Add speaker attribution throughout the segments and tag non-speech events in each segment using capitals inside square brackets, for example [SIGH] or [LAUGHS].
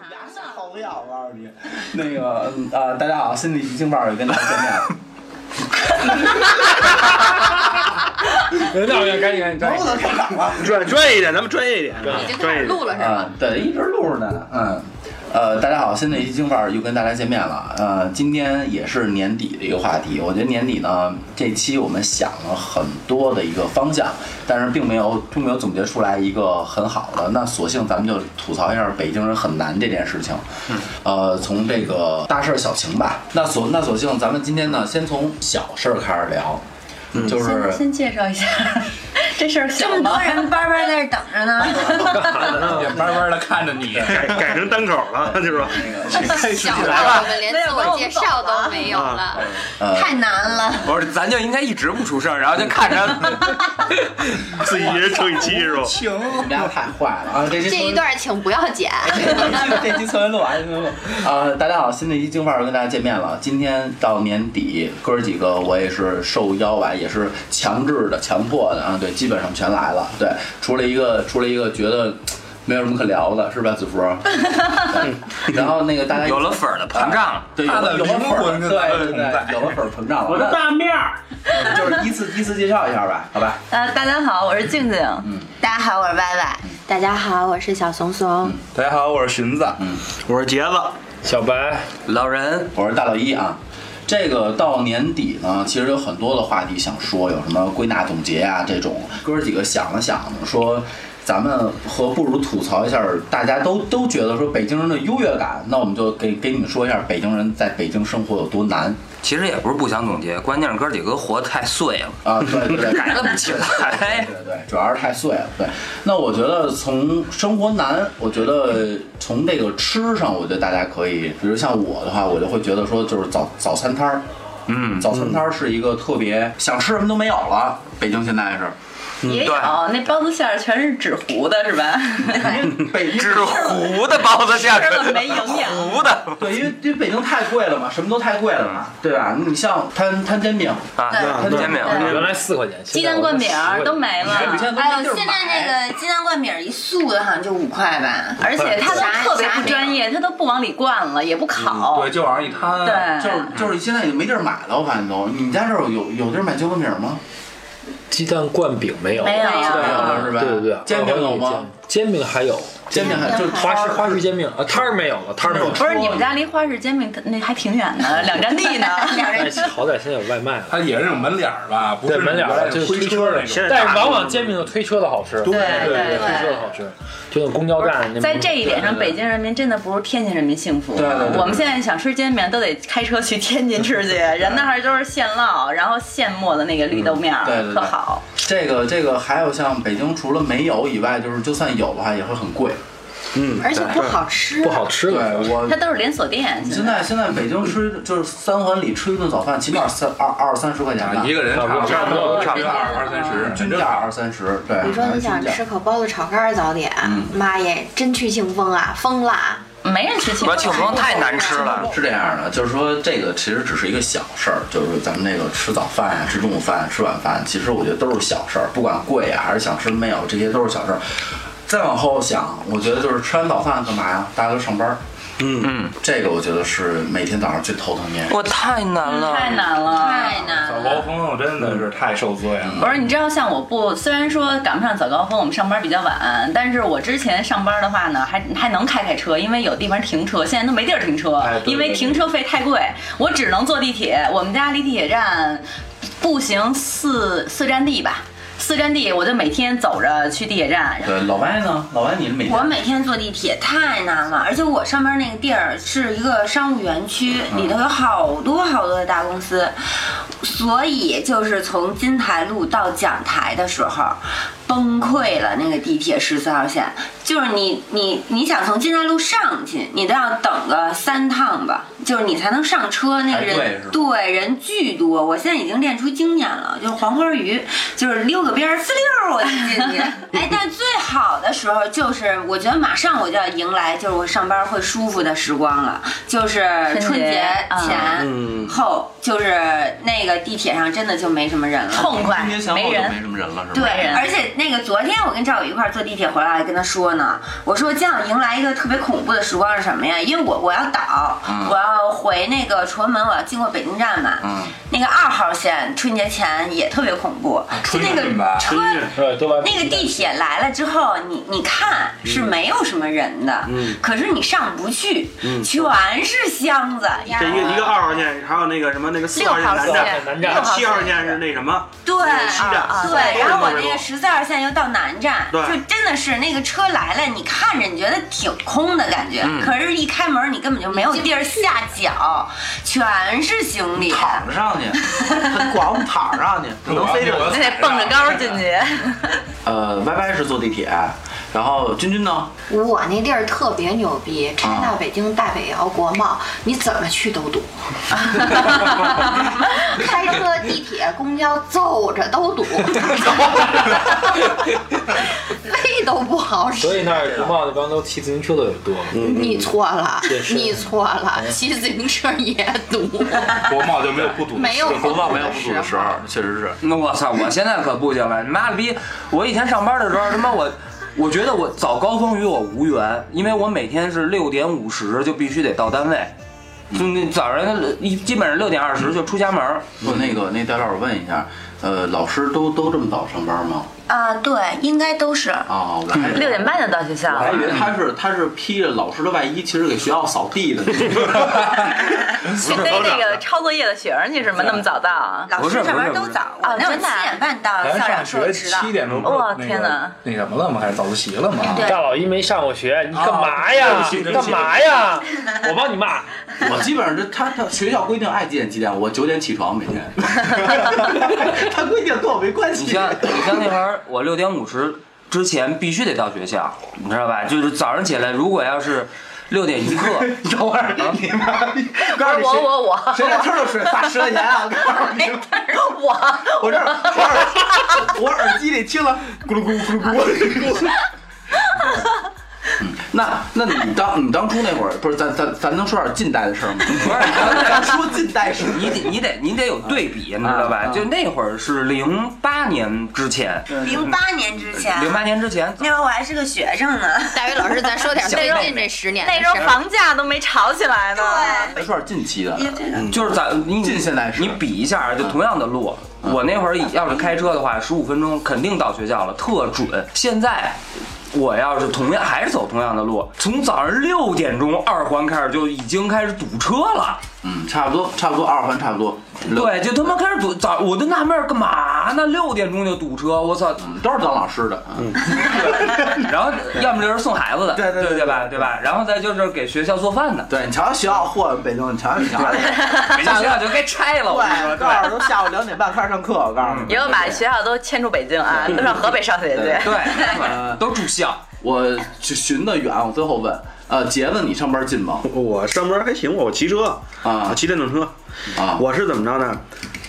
Speaker 1: 要不要？我告诉你，
Speaker 2: 那个嗯呃，大家好，心理情报也跟大家见面了。
Speaker 3: 那我就赶紧赶紧
Speaker 1: 能不能开场了？
Speaker 4: 专专业一点，咱们专业一点，
Speaker 3: 已
Speaker 5: 经开
Speaker 4: 专业
Speaker 5: 始
Speaker 4: 一点。
Speaker 5: 录了是
Speaker 2: 啊
Speaker 5: 吗？，
Speaker 2: 对，一直录着呢。嗯，呃，大家好，新的一期京范儿又跟大家见面了。呃，今天也是年底的一个话题，我觉得年底呢，这期我们想了很多的一个方向，但是并没有并没有总结出来一个很好的。那索性咱们就吐槽一下北京人很难这件事情。嗯，呃，从这个大事儿小情吧。那索那索性咱们今天呢，先从小事儿开始聊，就是
Speaker 6: 先先介绍一下， [LAUGHS] 这事儿小
Speaker 5: 这么
Speaker 6: 吗
Speaker 5: 多？人巴巴在这等着
Speaker 6: [LAUGHS]
Speaker 5: 呢，
Speaker 3: 也慢慢的看着你。
Speaker 4: 改改成单口了，是吧？
Speaker 5: 小到我们连自我介绍都没有了，
Speaker 6: 嗯
Speaker 2: 呃，
Speaker 5: 太难了。
Speaker 3: 我说咱就应该一直不出声，然后就看 [LAUGHS] 着。
Speaker 4: 自己一人乘以七是吧？
Speaker 2: 你们俩太坏了啊！这这
Speaker 5: 这一段请不要剪，
Speaker 2: 哎这期测完录完之后，啊，大家好，新的一期京范儿又跟大家见面了。今天到年底，哥儿几个我也是受邀吧，也是强制的、强迫的啊，对，基本上全来了。对，除了一个， [LAUGHS] 除了一个觉得没有什么可聊的，是吧，子福？对然后那个大家啊
Speaker 3: 有了粉儿的膨胀了，
Speaker 2: 对，有
Speaker 3: 他的
Speaker 2: 了有了
Speaker 3: 灵
Speaker 2: 粉儿，
Speaker 3: 魂
Speaker 2: 对
Speaker 3: 就在
Speaker 2: 对
Speaker 3: 这存
Speaker 2: 对，
Speaker 3: 在。
Speaker 2: 有了粉儿膨胀了。
Speaker 3: 面儿，
Speaker 2: 那就是依次依次介绍一下吧，好吧？
Speaker 6: 呃，大家好，我是静静。
Speaker 2: 嗯
Speaker 5: 大家好，我是歪歪。大家好，我是小怂怂。
Speaker 3: 大家好，我是荀子，
Speaker 4: 我是杰子，
Speaker 3: 小白，嗯老人，
Speaker 2: 我是大老一啊。这个到年底呢，其实有很多的话题想说，有什么归纳总结啊这种。哥儿几个想了想，说咱们何不如吐槽一下，大家都都觉得说北京人的优越感，那我们就给给你们说一下北京人在北京生活有多难
Speaker 3: 其实也不是不想总结，关键是哥几个活得太碎 [LAUGHS] 了，哎
Speaker 2: 啊！对对对，
Speaker 3: 改了不起来。
Speaker 2: 对对，主要是太碎了。对，那我觉得从生活难，我觉得从这个吃上，我觉得大家可以，比如像我的话，我就会觉得说，就是早早餐摊儿，
Speaker 3: [LAUGHS]
Speaker 2: 嗯，早餐摊儿是一个特别想吃什么都没有了。北京现在是，嗯
Speaker 6: 也有
Speaker 3: 对
Speaker 2: 啊
Speaker 6: 哦那包子馅儿全是纸糊的，
Speaker 2: [LAUGHS]
Speaker 6: 是吧？
Speaker 2: 因为北京
Speaker 3: 纸糊的包子馅
Speaker 6: 吃了没 [LAUGHS]
Speaker 3: 儿，
Speaker 6: 营养。
Speaker 3: 糊的
Speaker 2: [LAUGHS] 对，因为因为北京太贵了嘛，什么都太贵了嘛，对吧？你像摊摊煎饼，
Speaker 3: 啊，
Speaker 4: 对
Speaker 3: 煎饼，
Speaker 7: 原来四块钱，
Speaker 6: 鸡蛋灌饼儿都没了，
Speaker 2: 你现在都
Speaker 5: 哎
Speaker 2: 没地
Speaker 5: 呦，
Speaker 2: 儿
Speaker 5: 现
Speaker 2: 买。
Speaker 5: 在那个鸡蛋灌饼一素的好像就五块吧，
Speaker 6: 而且它都
Speaker 5: 啥
Speaker 6: 特别
Speaker 5: 啥啊
Speaker 6: 不
Speaker 5: 没
Speaker 6: 专
Speaker 5: 有
Speaker 6: 业，它都不往里灌了，也不烤。
Speaker 2: 嗯
Speaker 3: 对，就往上一摊。
Speaker 6: 对，
Speaker 2: 就是就是现在也没地儿买了，我发现都。你们家这儿有有地儿买鸡蛋饼吗？
Speaker 7: 鸡蛋灌饼没有，
Speaker 6: 没有
Speaker 2: 没有
Speaker 6: 啊
Speaker 2: 了是吧？
Speaker 7: 对对对，
Speaker 2: 煎饼有吗？？
Speaker 7: 煎饼还有，
Speaker 2: 煎饼还就是
Speaker 7: 花式花式煎饼啊，摊儿没有了，摊儿没有
Speaker 6: 不是你们家离花市煎饼那还挺远的，两站地呢。
Speaker 5: [LAUGHS] 两人
Speaker 7: 了，好歹现在有外卖了，
Speaker 3: 它也是那种门脸儿吧，不
Speaker 7: 对
Speaker 3: 是
Speaker 7: 门脸儿
Speaker 3: 原来
Speaker 7: 就是
Speaker 3: 推车那
Speaker 4: 现
Speaker 3: 种。
Speaker 4: 在
Speaker 7: 但是往往煎饼就推车的好吃，
Speaker 3: 对
Speaker 6: 对
Speaker 7: 推车的好吃，就那公交站那。
Speaker 6: 在这一点上，
Speaker 7: 对
Speaker 6: 北京人民真的不如天津人民幸福。啊
Speaker 2: 对对对
Speaker 6: 我们现在想吃煎饼，都得开车去天
Speaker 2: [LAUGHS]
Speaker 6: 津吃去，人那儿都是现烙，然后现磨的那个绿豆面儿，
Speaker 2: 嗯对对对
Speaker 6: 特好。
Speaker 2: 这个这个还有像北京除了没有以外，就是就算有的话也会很贵。
Speaker 5: 而且不好吃
Speaker 7: 不。好吃
Speaker 2: 对
Speaker 7: 了。
Speaker 6: [LAUGHS]
Speaker 2: 我
Speaker 6: 它，都是连锁店，
Speaker 2: 现在现在北京吃就是三环里吃一顿早饭，起码三二二三十块钱吧
Speaker 3: 啊，，一个人差不多
Speaker 7: 差不多
Speaker 3: 差不多嗯二二三十，
Speaker 2: 均价二三十。对，
Speaker 5: 嗯你说你想
Speaker 2: 均价
Speaker 5: 吃口包子、炒肝儿早点
Speaker 2: 嗯，
Speaker 5: 妈耶，真去庆丰啊，疯了啊！
Speaker 6: 没人吃清
Speaker 3: 我
Speaker 6: 风。
Speaker 3: 庆丰太难吃了，
Speaker 2: 是这样的，就是说这个其实只是一个小事儿，就是咱们那个吃早饭啊、吃中午饭、吃晚饭，其实我觉得都是小事儿，不管贵啊还是想吃没有，这些都是小事儿。再往后想，我觉得就是吃完早饭干嘛呀？大家都上班儿，
Speaker 3: 嗯，
Speaker 2: 这个我觉得是每天早上最头疼的一件事。
Speaker 3: 我太难了，
Speaker 6: 嗯太难了，
Speaker 5: 太。难
Speaker 3: 早
Speaker 5: 了。
Speaker 3: 高峰我真的是太受罪了。
Speaker 6: 不是，你知道像我不，虽然说赶不上早高峰，我们上班比较晚，但是我之前上班的话呢，还还能开开车，因为有地方停车，现在都没地儿停车，
Speaker 3: 哎对对
Speaker 6: 因为停车费太贵，我只能坐地铁。我们家离地铁站步行四四站地吧，四站地，我就每天走着去地铁站。
Speaker 2: 对，老歪呢？老歪，你是每
Speaker 5: 我
Speaker 2: 天
Speaker 5: 每天坐地铁太难了，而且我上班那个地儿是一个商务园区，
Speaker 2: 嗯
Speaker 5: 里头有好多好多的大公司，所以就是从金台路到讲台的时候。崩溃了，那个地铁十四号线，就是你你你想从金台路上去，你都要等个三趟吧，就是你才能上车，那个
Speaker 2: 排队
Speaker 5: 人
Speaker 2: 是吧
Speaker 5: 对人巨多。我现在已经练出经验了，就是黄花鱼，就是溜个边儿，呲溜儿我就进
Speaker 2: [LAUGHS]
Speaker 5: 去。哎，但最好的时候就是，我觉得马上我就要迎来，就是我上班会舒服的时光了，就是春
Speaker 6: 春
Speaker 5: 节
Speaker 6: 节
Speaker 5: 前、
Speaker 4: 嗯
Speaker 5: 后，就是那个地铁上真的就没什么人了。
Speaker 6: 痛快
Speaker 2: 春节前后
Speaker 6: 没
Speaker 2: 就
Speaker 6: 人
Speaker 2: 没。什么人了，是吧？
Speaker 5: 对
Speaker 6: 人，
Speaker 5: 而且那个昨天我跟赵宇一块儿坐地铁回来，还跟他说呢，我说将要迎来一个特别恐怖的时光是什么呀？因为我我要倒，
Speaker 2: 嗯
Speaker 5: 我要回那个崇文门，我要经过北京站嘛。
Speaker 2: 嗯，
Speaker 5: 那个二号线春节前也特别恐怖，就那
Speaker 2: 啊春运
Speaker 5: 个
Speaker 2: 吧
Speaker 5: 车。
Speaker 4: 春运
Speaker 7: 对，都来不及
Speaker 5: 那个地铁来了之后，你你看是没有什么人的，
Speaker 4: 嗯
Speaker 5: 可是你上不去，
Speaker 2: 嗯
Speaker 5: 全是箱子，
Speaker 2: 啊
Speaker 5: 呀
Speaker 4: 这一个一个二号线，还有那个什么那个四号线南
Speaker 6: 六号
Speaker 4: 站
Speaker 6: 线，
Speaker 7: 南
Speaker 4: 然
Speaker 7: 站
Speaker 4: 后七号线是那什么，
Speaker 5: 对
Speaker 4: 西站
Speaker 6: 啊，
Speaker 5: 对，
Speaker 4: 都是
Speaker 5: 然后我
Speaker 4: 这么
Speaker 5: 那
Speaker 4: 多
Speaker 5: 个十四号线又到南站，
Speaker 4: 对
Speaker 5: 就真的是那个车来了，你看着你觉得挺空的感觉，可是，一开门你根本就没有地儿下脚，全是行李。
Speaker 2: 躺着上去，挂我们躺着 [LAUGHS] 上去，能飞着。
Speaker 6: 那得蹦着高进去。
Speaker 2: 呃歪歪是坐地铁，然后君君呢？
Speaker 8: 我那地儿特别牛逼，拆
Speaker 2: 啊
Speaker 8: 到北京大北窑国贸，你怎么去都
Speaker 2: [LAUGHS]
Speaker 8: 堵，开车、地铁、公交走着
Speaker 2: [LAUGHS]
Speaker 8: 都
Speaker 5: [LAUGHS]
Speaker 8: 堵，胃都不好使。
Speaker 7: 所以那儿国贸那帮都骑自行车的也多，
Speaker 2: 嗯
Speaker 8: 你错了
Speaker 7: 也，是
Speaker 8: 你错了，骑自行车也堵，
Speaker 2: 嗯
Speaker 9: 国贸就没有不堵的时候，
Speaker 8: 没有
Speaker 2: 国贸没有不堵的时候，确实是。
Speaker 10: 那我操！我现在可不行了，你妈了逼！我以前上班的时候，他妈我，我觉得我早高峰与我无缘，因为我每天是六点五十就必须得到单位，就那早上一基本上六点二十就出家门儿。
Speaker 2: 我那个那戴老师问一下，呃，老师都都这么早上班吗？
Speaker 5: 啊，对，应该都是。
Speaker 2: 啊，我还
Speaker 6: [LAUGHS] 六点半就到学校
Speaker 2: 我还以
Speaker 6: 了，
Speaker 2: 为他是他是披着老师的外衣，其实给学校扫地 [LAUGHS] 的。
Speaker 6: 去逮那个抄作业的学生去是吗？那么早到啊？
Speaker 5: 老
Speaker 10: 不
Speaker 5: 师
Speaker 10: 是
Speaker 5: 上
Speaker 10: 不
Speaker 5: 班
Speaker 10: 是
Speaker 5: 都
Speaker 10: 不是
Speaker 5: 早，
Speaker 6: 啊
Speaker 5: 我那我
Speaker 6: 真
Speaker 5: 七
Speaker 6: 的啊
Speaker 5: 点半到
Speaker 9: 咱
Speaker 5: 校
Speaker 9: 上
Speaker 5: 长说我
Speaker 9: 学
Speaker 5: 迟到。
Speaker 9: 七点钟不是
Speaker 6: 哇
Speaker 9: 那个
Speaker 6: 哦天哪
Speaker 9: 那什么了
Speaker 2: 哎
Speaker 9: 吗？还是早自习了吗？
Speaker 5: 对
Speaker 7: 大老一没上过学，你干嘛
Speaker 9: 对
Speaker 7: 呀
Speaker 9: 不？起
Speaker 7: 你
Speaker 9: 对不
Speaker 7: 干
Speaker 9: 起
Speaker 7: 嘛呀？我帮 [LAUGHS] 你骂。
Speaker 2: 我基本上这他他学校规定爱几点几点，我九点起床每
Speaker 6: [LAUGHS]
Speaker 2: 天。他规定跟我没关系。
Speaker 10: 你像你像那会儿，我六点五十之前必须得到学校，你知道吧？就是早上起来，如果要是六点一
Speaker 2: [LAUGHS]
Speaker 10: 刻，啊
Speaker 2: 等会儿，你妈逼！告诉你
Speaker 6: 我
Speaker 2: 谁
Speaker 6: 我我
Speaker 2: 谁家车上水罚十块钱
Speaker 6: [LAUGHS]
Speaker 2: 啊？我告诉你，
Speaker 6: 我
Speaker 2: 我
Speaker 6: [LAUGHS]
Speaker 2: 这儿我耳我耳机里听了咕噜咕噜咕噜咕噜咕噜。嗯， [LAUGHS] 那那你当你当初那会儿不是咱咱咱能说点近代的事儿吗？
Speaker 10: 不是
Speaker 2: 咱说近代史，
Speaker 10: 你得你得你得有对比，你知道
Speaker 2: 啊
Speaker 10: 吧？就那会儿是零八年之前，
Speaker 5: 零八年之前，
Speaker 10: 嗯零八年之
Speaker 2: 嗯
Speaker 10: 前
Speaker 5: 那会儿我还是个学生呢。
Speaker 8: 大伟老师，咱说 [LAUGHS] 点最近这十年的
Speaker 6: 那时
Speaker 8: 事
Speaker 6: 候
Speaker 8: 儿。
Speaker 6: 房价都没炒起来呢。
Speaker 2: 咱说点近期的。
Speaker 5: 因为这个
Speaker 10: 就是咱你
Speaker 2: 嗯近现代史嗯
Speaker 10: 你比一下啊，就同样的路，我那会儿要是开车的话，十五分钟肯定到学校了，特准。现在。我要是同样还是走同样的路，从早上六点钟二环开始就已经开始堵车了。
Speaker 2: 嗯，差不多，差不多，二环差不多。，
Speaker 10: 对，就他妈开始堵早，我就纳闷儿干嘛呢？六点钟就堵车，我操！
Speaker 2: 都是当老师的。嗯， [LAUGHS]
Speaker 10: 然后要么就是送孩子的，
Speaker 2: 对对
Speaker 10: 对
Speaker 2: 对
Speaker 10: 吧？对吧？然后再就是给学校做
Speaker 2: [LAUGHS]
Speaker 10: 饭的，
Speaker 2: 对，你瞧瞧学校祸，北京，你瞧瞧你 [LAUGHS] 哎瞧瞧。
Speaker 10: 北京学校就该拆了。我跟你说，
Speaker 2: 对，告 [LAUGHS] 诉都下午两点半开始上课，我告诉你。
Speaker 6: 以后把学校都迁出北京啊，都上河北上学去。
Speaker 2: 嗯
Speaker 10: 对，都住校。
Speaker 2: 我寻的远，我最后问，呃，杰子，你上班近吗？
Speaker 4: 我上班还行，我骑车
Speaker 2: 啊
Speaker 4: 骑电动车。
Speaker 2: 啊，
Speaker 4: 我是怎么着呢？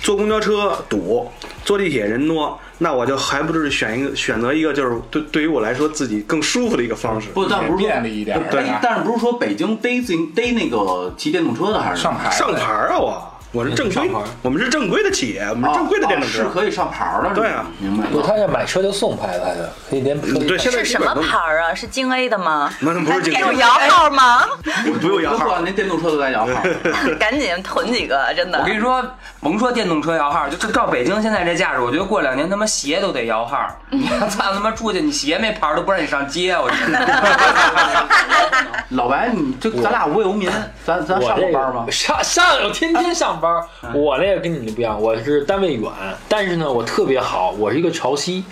Speaker 4: 坐公交车堵，坐地铁人多，那我就还不如选一个选择一个就是对对于我来说自己更舒服的一个方式。
Speaker 2: 不，但不是说
Speaker 9: 便利一点儿
Speaker 2: 对
Speaker 9: 对吧，
Speaker 2: 但是不是说北京逮自行逮那个骑电动车的还是
Speaker 9: 上牌
Speaker 4: 上牌儿啊我，我是正规
Speaker 9: 上牌儿，
Speaker 4: 我们是正规的企业，我们
Speaker 2: 哦
Speaker 4: 是正规的电动车
Speaker 2: 哦是。可以上牌儿的，是吧
Speaker 4: 对啊
Speaker 2: 明白
Speaker 7: 不，
Speaker 2: 了。
Speaker 7: 他要买车就送牌牌的，可以连车
Speaker 4: 对，现在
Speaker 6: 是
Speaker 4: 基
Speaker 6: 什
Speaker 4: 本
Speaker 6: 么
Speaker 4: 都
Speaker 6: 牌？儿啊？是京 A 的吗？
Speaker 4: 那不是京
Speaker 6: 用
Speaker 4: A，
Speaker 6: 摇号吗？
Speaker 4: 我不用摇
Speaker 2: 不
Speaker 4: 号
Speaker 2: 管。那电动车都在摇号。
Speaker 6: 赶紧囤几个，真的
Speaker 10: 我。跟你说，甭说电动车摇号，就就照北京现在这架势，我觉得过两年他妈鞋都得摇号。你操他妈出去，你鞋没牌儿都不让你上
Speaker 3: 啊
Speaker 10: 街，我真的。
Speaker 2: 老白，你这咱俩无业游民，咱咱
Speaker 7: 我
Speaker 2: 上
Speaker 7: 这
Speaker 2: 过
Speaker 7: 个
Speaker 2: 班吗？
Speaker 7: [LAUGHS] 上上有天天上班儿。我那个跟你们不一样，我是单位远，但是呢，我特别好，我是一个潮汐，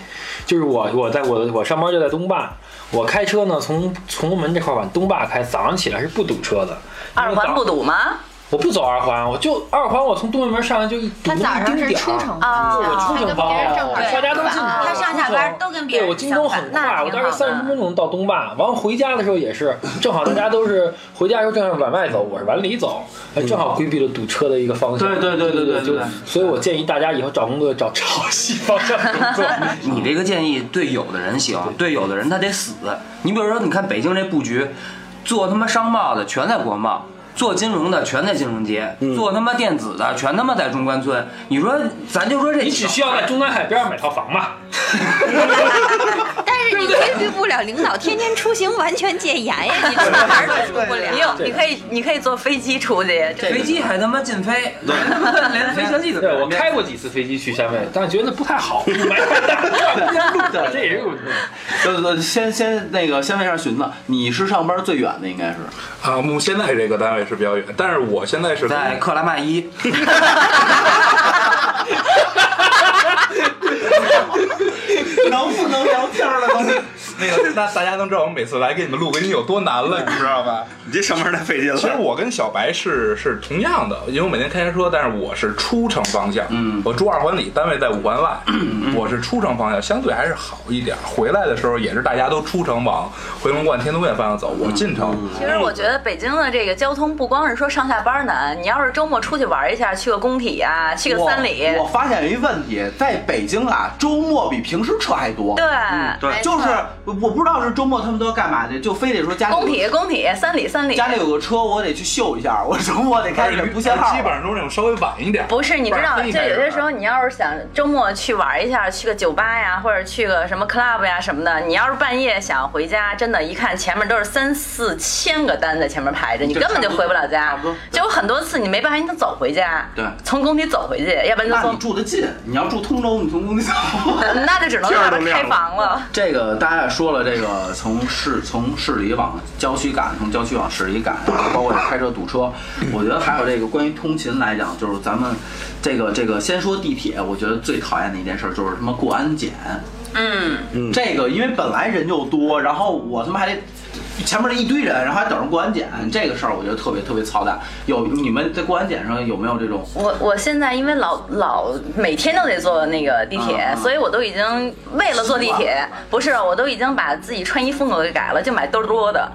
Speaker 7: 就是我我在我我上班就在东坝，我开车呢从从龙门这块儿往东坝开，早上起来是不堵车的。
Speaker 6: 二环不，堵吗？
Speaker 7: 我不走二环，我就二环，我从东北门上来就一堵
Speaker 8: 他早
Speaker 7: 那么一
Speaker 8: 上
Speaker 7: 丁
Speaker 8: 是
Speaker 7: 点
Speaker 8: 出
Speaker 7: 儿。
Speaker 8: 城
Speaker 6: 啊
Speaker 8: 他
Speaker 7: 出
Speaker 8: 跟
Speaker 7: 城
Speaker 8: 别
Speaker 7: 包
Speaker 8: 人正好
Speaker 7: 大家都进
Speaker 8: 相反
Speaker 7: 去
Speaker 5: 他上下下班都跟别
Speaker 7: 对我
Speaker 5: 人
Speaker 7: 京
Speaker 5: 相
Speaker 7: 东
Speaker 5: 反
Speaker 7: 很快，
Speaker 5: 那
Speaker 7: 我
Speaker 5: 挺
Speaker 7: 大概
Speaker 5: 好
Speaker 7: 三十分
Speaker 5: 的。
Speaker 7: 钟能到东坝。完回家的时候也是，正好大家都是回家的时候正好往外走，我是往里走，哎正好规避了堵车的一个方向。
Speaker 3: 对对对对对
Speaker 7: 就
Speaker 3: 对对
Speaker 7: 所以我建议大家以后找工作找潮汐方向工作。
Speaker 3: 你这个建议对有的人行，对有的人他得死。你比如说，你看北京这布局，做他妈商贸的全在国贸，做金融的全在金融街，做他妈电子的全他妈在中关村。你说，咱就说这，
Speaker 7: 你只需要在中南海边上买套房吧。
Speaker 8: 但是你规避不了领导天天出行完全戒严呀，你去哪儿都出不
Speaker 6: 你
Speaker 8: 了。
Speaker 6: 有，你可以，你可以坐飞机出去，这
Speaker 3: 飞机还他妈禁飞，他妈连飞行器都
Speaker 7: 对，我
Speaker 3: 免
Speaker 7: 开过几次飞机去厦门，但觉得不太好，雾霾太大，这也是我。
Speaker 2: 呃呃，先先那个先问一下寻子，你是上班最远的应该是，
Speaker 11: 啊，目现在这个单位是比较远，但是我现在是
Speaker 3: 在克拉玛依，
Speaker 11: 能不能聊天了？ [LAUGHS] 那个，那大家能知道我每次来给你们录个音有多难了，你知道吧？
Speaker 4: 你这上班太费劲
Speaker 11: 其实
Speaker 4: 了。
Speaker 11: 我跟小白是是同样的，因为我每天开车，但是我是出城方向，嗯，我住二环里，单位在五环外，
Speaker 7: 嗯
Speaker 11: 我是出城方向，相对还是好一点。回来的时候也是大家都出城往回龙观、天通苑方向走，我进城。
Speaker 7: 嗯
Speaker 6: 其实我觉得北京的这个交通不光是说上下班难，你要是周末出去玩一下，去个工体啊，去个三里，
Speaker 2: 我我发现有一问题，在北京啊，周末比平时车还多。
Speaker 6: 对，
Speaker 4: 对
Speaker 6: 没错
Speaker 2: 就是我不知道是周末他们都要干嘛去，就非得说家里有
Speaker 6: 工体工体三里三里
Speaker 2: 家，里有个车，我得去秀一下，我周末得开
Speaker 11: 但
Speaker 2: 始
Speaker 11: 是
Speaker 2: 不限号。
Speaker 11: 基本上都是那种稍微晚一点。
Speaker 6: 不是你知道，
Speaker 11: 晚
Speaker 6: 就
Speaker 11: 黑一
Speaker 6: 有些
Speaker 11: 点
Speaker 6: 时候你要是想周末去玩一下，去个酒吧呀，或者去个什么 club 呀什么的，你要是半夜想回家，真的，一看前面都是三四千个单在前面排着，你
Speaker 2: 对
Speaker 6: 根本就回不了
Speaker 2: 差
Speaker 6: 家
Speaker 2: 不多差不多。对
Speaker 6: 就有很多次你没办法，你得走回家，
Speaker 2: 对
Speaker 6: 从工体走回去，要不然就
Speaker 2: 那
Speaker 6: 从
Speaker 2: 你住的近，你要住通州，你从 [LAUGHS] 工体走。
Speaker 6: 那就只能
Speaker 4: 天儿
Speaker 6: 在
Speaker 4: 都
Speaker 6: 那
Speaker 4: 亮
Speaker 6: 开
Speaker 4: 了
Speaker 6: 房了。
Speaker 2: 这个大家也说了，这个从市从市里往郊区赶，从郊区往市里赶，然后包括开车堵车，我觉得还有这个关于通勤来讲，就是咱们这个这个先说地铁，我觉得最讨厌的一件事就是他妈过安检。嗯，这个因为本来人就多，然后我他妈还得。前面一堆人，然后还等着过安检，这个事儿我觉得特别特别操蛋。有你们在过安检上有没有这种
Speaker 6: 我我现在因为老老每天都得坐那个地铁，
Speaker 2: 嗯嗯
Speaker 6: 所以我都已经为了坐地铁，不是，我都已经把自己穿衣风格给改了，就买兜多的，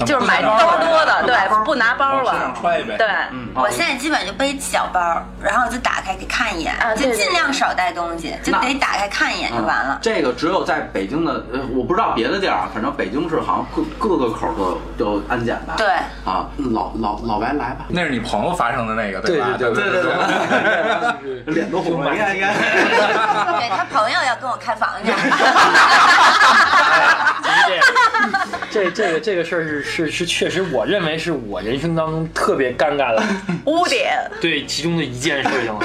Speaker 6: 就是买兜多的，对，不拿包
Speaker 11: 嗯往身上
Speaker 6: 了，
Speaker 11: 揣呗嗯
Speaker 6: 对， [LAUGHS] 哦
Speaker 5: 我现在基本就背小包，然后就打开给看一眼，
Speaker 6: 啊对
Speaker 5: 就
Speaker 6: 对
Speaker 5: 尽量少带东西，就
Speaker 2: 那嗯
Speaker 5: 得打开看一眼就完了。
Speaker 2: 啊这个只有在北京的，呃，我不知道别的地儿啊，反正北京市好像各各个口儿都有都有安检吧？ [LAUGHS]
Speaker 5: 对
Speaker 2: 啊，老老老白来吧，
Speaker 11: 那是你朋友发生的那个，吧？
Speaker 7: 对
Speaker 11: 对
Speaker 7: 对
Speaker 11: 对
Speaker 2: [LAUGHS] 脸都红了，应该应该。
Speaker 5: 对他朋友要跟我开房去， [LAUGHS]
Speaker 7: [LAUGHS] 这这个这个事儿是是是，确实我认为是我人生当中特别尴尬的
Speaker 6: 污点，
Speaker 7: 对其中的一件事情了。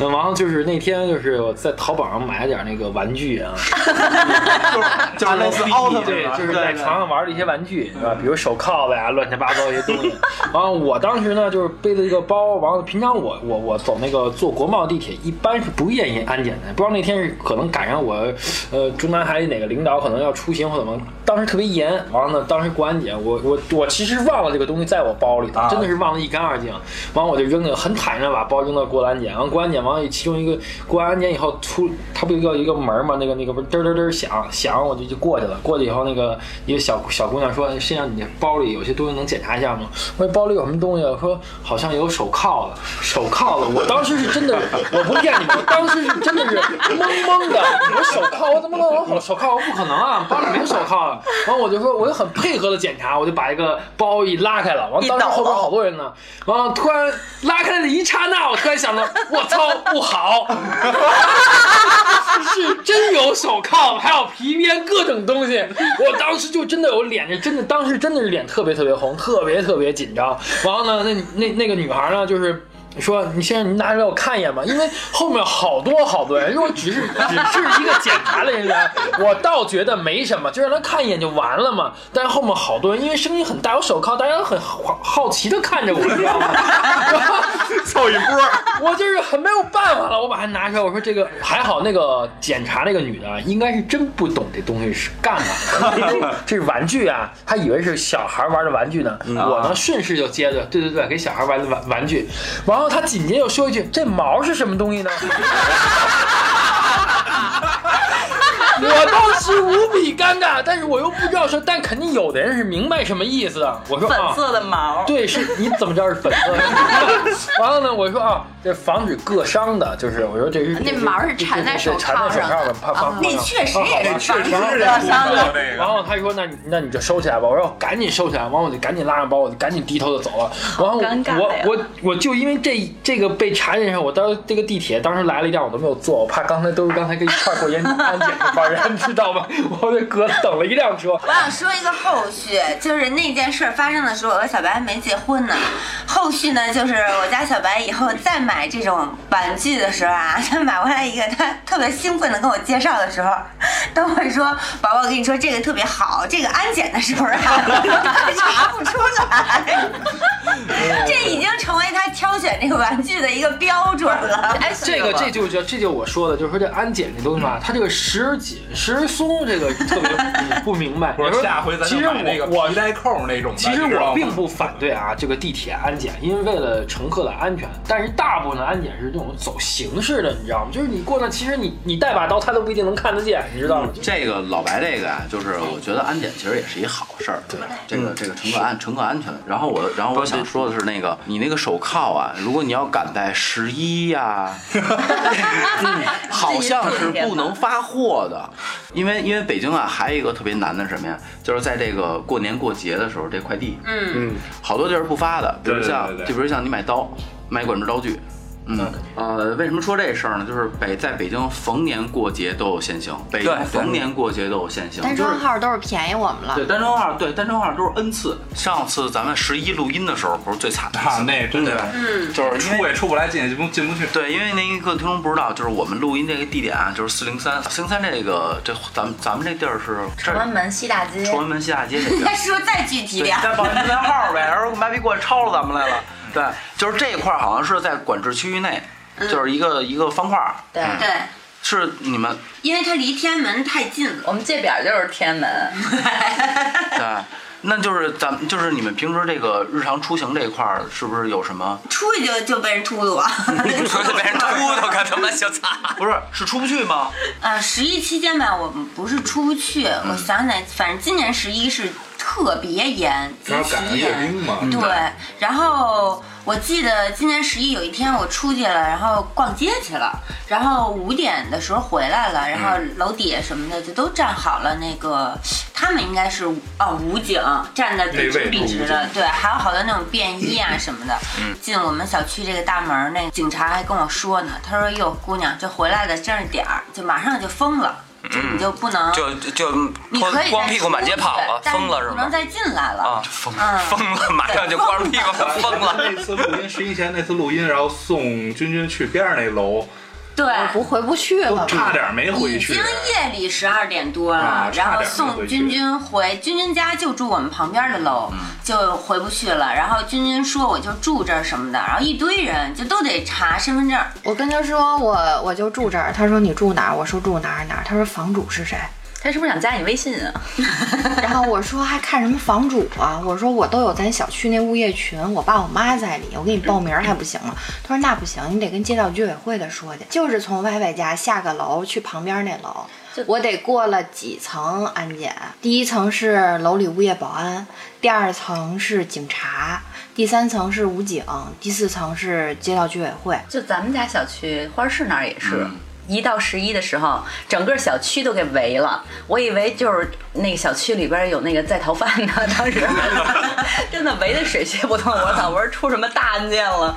Speaker 7: 嗯，然后就是那天就是我在淘宝上买了点那个玩具啊，
Speaker 4: 啊
Speaker 2: 就是类似奥特曼，
Speaker 7: 对，就是在床上玩的一些玩具，是吧？
Speaker 2: 嗯
Speaker 7: 比如手铐子呀，乱七八糟一些东
Speaker 2: [LAUGHS]
Speaker 7: 西。然后我当时呢，就是背着一个包，完了平常我我我走那个坐国贸地铁，一般是不愿意安检的。不知道那天是可能赶上我，呃，中南海哪个领导可能要出行或怎么，当时特别严。完了呢，当时过安检，我我我其实忘了这个东西在我包里头，真的是忘得一干二净。完了我就扔了，很坦然地把包扔到过安检。完过安检完了，其中一个过安检以后出，它不有一个一个门嘛，那个那个不是嘚嘚嘚响响，我就就过去了。过去以后，那个一个小小姑娘说：“哎身上你这包里有些东西能检查一下吗？”我说：“包里有什么东西啊？”我说：“好像有手铐子，手铐子。”我当时是真的，我不骗你们，我当时是真的是懵懵的。我说手铐，我怎么能有手手铐？我不可能啊，包里没有手铐啊。然后我就说，我就很配合的检查，我就把一个包一拉开了。完了，当时后边好多人呢。完了，突然拉开的一刹那，我突然想到，我操，不好。是真有手铐，还有皮鞭，各种东西。我当时就真的有脸，真的当时真的是脸特别特别红，特别特别紧张。然后呢，那那那个女孩呢，就是。说你先生，你拿出来我看一眼吧，因为后面好多好多人，如果只是只是一个检查的人来，我倒觉得没什么，就让他看一眼就完了嘛。但是后面好多人，因为声音很大，有手铐，大家都很好好奇的看着我，你知道吗？
Speaker 4: [LAUGHS] 凑一波儿，
Speaker 7: [LAUGHS] 我就是很没有办法了，我把它拿出来，我说这个还好，那个检查那个女的啊应该是真不懂这东西是干嘛的，这是玩具啊，她以为是小孩玩的玩具呢。我呢顺势就接着，对对对，给小孩玩的玩玩具，然后她紧接着又说一句：“这毛是什么东西呢？”你 [LAUGHS] 我当时无比尴尬，但是我又不知道说，但肯定有的人是明白什么意思的。我说
Speaker 6: 粉
Speaker 7: 啊，
Speaker 6: 色的毛，
Speaker 7: 对，是你怎么知道是粉色的？ [LAUGHS] 完了呢，我说啊，这防止割伤的，就是我说这是
Speaker 8: 那毛是缠在手铐
Speaker 7: 上
Speaker 8: 上
Speaker 7: 的
Speaker 8: 的，啊
Speaker 7: 怕防
Speaker 5: 那确实也是
Speaker 11: 确实
Speaker 5: 防
Speaker 11: 是
Speaker 5: 止
Speaker 11: 这
Speaker 5: 割
Speaker 11: 不
Speaker 5: 伤
Speaker 11: 错
Speaker 5: 的。
Speaker 11: 这
Speaker 7: 然
Speaker 11: 个。
Speaker 7: 后他就说：“那你那你就收起来吧。”我说：“我赶紧收起来。”完，我就赶紧拉上包，我就赶紧低头就走了。然后我
Speaker 6: 尴尬呀
Speaker 7: 我我我就因为这这个被查验上，我当时这个地铁当时来了一辆我都没有坐，我怕刚才都是刚才跟一块儿过烟安检的班人， [LAUGHS] 知道吗？我就隔等了一辆车。
Speaker 5: 我想说一个后续，就是那件事儿发生的时候，我和小白还没结婚呢。后续呢，就是我家小白以后再买这种玩具的时候啊， [LAUGHS] 他买回来一个，他特别兴奋的跟我介绍的时候，都会说：“宝宝，我跟你说这个特别好，这个安检的时候啊， [LAUGHS] 他查不出来。” [LAUGHS] 这已经成为他挑选这个玩具的一个标准了。
Speaker 6: 哎，
Speaker 7: 这个这就叫这就我说的，就是说这安检这东西吧，它这个时紧时松，这个特别不明
Speaker 11: [LAUGHS]
Speaker 7: 白。
Speaker 11: 不
Speaker 7: 你说
Speaker 11: 是下回咱
Speaker 7: 其
Speaker 11: 就
Speaker 7: 实
Speaker 11: 买那
Speaker 7: 我
Speaker 11: 个
Speaker 7: 我
Speaker 11: 皮带扣那种的。
Speaker 7: 其实
Speaker 11: 你知道
Speaker 7: 我
Speaker 11: 吗
Speaker 7: 并不反对啊，这个地铁安检，因为为了乘客的安全。但是大部分的安检是这种走形式的，你知道吗？就是你过那，其实你你带把刀，他都不一定能看得见，你知道吗？
Speaker 2: 这个老白这个啊，就是我觉得安检其实也是一好事儿，对，这
Speaker 11: 嗯
Speaker 2: 个这个乘客安乘客安全。然后我然后我想说的是那个你那个手铐啊，如果你要敢戴十一呀，嗯好像是不能发货的，因为因为北京啊还有一个特别难的是什么呀，就是在这个过年过节的时候这快递，
Speaker 5: 嗯，
Speaker 2: 好多地儿不发的，比如
Speaker 11: 对对
Speaker 2: 像
Speaker 11: 对对
Speaker 2: 就比如像你买刀买管制刀具。嗯，呃，为什么说这事儿呢？就是北在北京逢年过节都有限行，北京
Speaker 3: 对对
Speaker 2: 逢年过节都有限行，
Speaker 8: 单
Speaker 2: 就是
Speaker 8: 双号都是便宜我们了
Speaker 2: 对，单双号，对单双号都是 n 次。上次咱们十一录音的时候，不是最惨的一次
Speaker 11: 啊，那真的
Speaker 5: 嗯
Speaker 2: 就是因
Speaker 11: 出
Speaker 2: 为
Speaker 11: 也出不来，进也进进不去。
Speaker 2: 对，因为那个听众不知道，就是我们录音这个地点啊，就是四零三，四零三这个这咱们咱们这地儿是这
Speaker 6: 崇文门西大街，
Speaker 2: 崇文门西大街这边
Speaker 5: 他。说再具体
Speaker 2: 对
Speaker 5: 点，
Speaker 2: 再报一编号呗， [LAUGHS] 然后麻痹过来抄了咱们来了。对，就是这一块儿好像是在管制区域内，就是一个一个方块儿。
Speaker 6: 对
Speaker 2: 嗯
Speaker 5: 对，
Speaker 2: 是你们
Speaker 5: 因为他离天安门太近了。
Speaker 6: 我们这边儿就是天安门，
Speaker 2: 对，那就是咱们就是你们平时这个日常出行这一块儿，是不是有什 [LAUGHS] 么？
Speaker 5: 出去就就被人突突啊！
Speaker 2: 说就被人
Speaker 5: 突突
Speaker 2: 干什么？小擦，不是是出不去吗？
Speaker 5: 啊，十一期间吧，我们不是出不去，
Speaker 11: 嗯
Speaker 5: 我想想，反正今年十一是特别严，极
Speaker 11: 然后赶上
Speaker 5: 其
Speaker 11: 阅
Speaker 5: 严。
Speaker 11: 兵嘛，嗯
Speaker 5: 对，然后我记得今年十一有一天我出去了，然后逛街去了，然后五点的时候回来
Speaker 11: 嗯
Speaker 5: 了，然后楼底下什么的就都站好了，那个他们应该是哦武警站的笔
Speaker 11: 那
Speaker 5: 直
Speaker 11: 位
Speaker 5: 笔直的，对，还有好多那种便衣啊什么的。
Speaker 10: 嗯
Speaker 5: 进我们小区这个大门儿，那警察还跟我说呢，他说哟姑娘，这回来的真是点儿，就马上就封了，就你就不能。
Speaker 10: 嗯就就
Speaker 5: 你可以
Speaker 10: 光
Speaker 5: 再
Speaker 10: 屁股满街
Speaker 5: 出去
Speaker 10: 跑了，
Speaker 5: 但
Speaker 10: 疯了
Speaker 5: 你
Speaker 10: 是
Speaker 5: 不能
Speaker 10: 吗？
Speaker 5: 再进来了
Speaker 10: 啊，
Speaker 5: 疯嗯，
Speaker 10: 疯了，马上就光屁股疯了。
Speaker 11: [LAUGHS] 那次录音，十一前那次录音，然后送君君去边上那楼，
Speaker 5: 对，
Speaker 8: 不回不去了
Speaker 11: 都
Speaker 8: 吧？
Speaker 11: 差点没回
Speaker 5: 已
Speaker 11: 去
Speaker 5: 经。夜里十二点多了，
Speaker 11: 啊
Speaker 5: 然
Speaker 11: 差
Speaker 5: 后
Speaker 11: 点就
Speaker 5: 送
Speaker 11: 回去
Speaker 5: 君君回君君家，就住我们旁边的楼，
Speaker 10: 嗯
Speaker 5: 就回不去了。然后君君说我就住这儿什么的，然后一堆人就都得查身份证。
Speaker 8: 我跟他说我我就住这儿，他说你住哪儿？我说住哪儿哪儿。他说房主是谁？
Speaker 6: 他是不是想加你微信啊？
Speaker 8: 然后我说还看什么房主啊？我说我都有咱小区那物业群，我爸我妈在里，我给你报名还不行吗？他说那不行，你得跟街道居委会的说去。就是从歪歪家下个楼去旁边那楼，我得过了几层安检，第一层是楼里物业保安，第二层是警察，第三层是武警，第四层是街道居委会。
Speaker 6: 就咱们家小区花市那儿也是。一到十一的时候，整个小区都给围了。我以为就是那个小区里边有那个在逃犯呢，当时 [LAUGHS] 真的围得水泄不通。我操！我说出什么大案件了？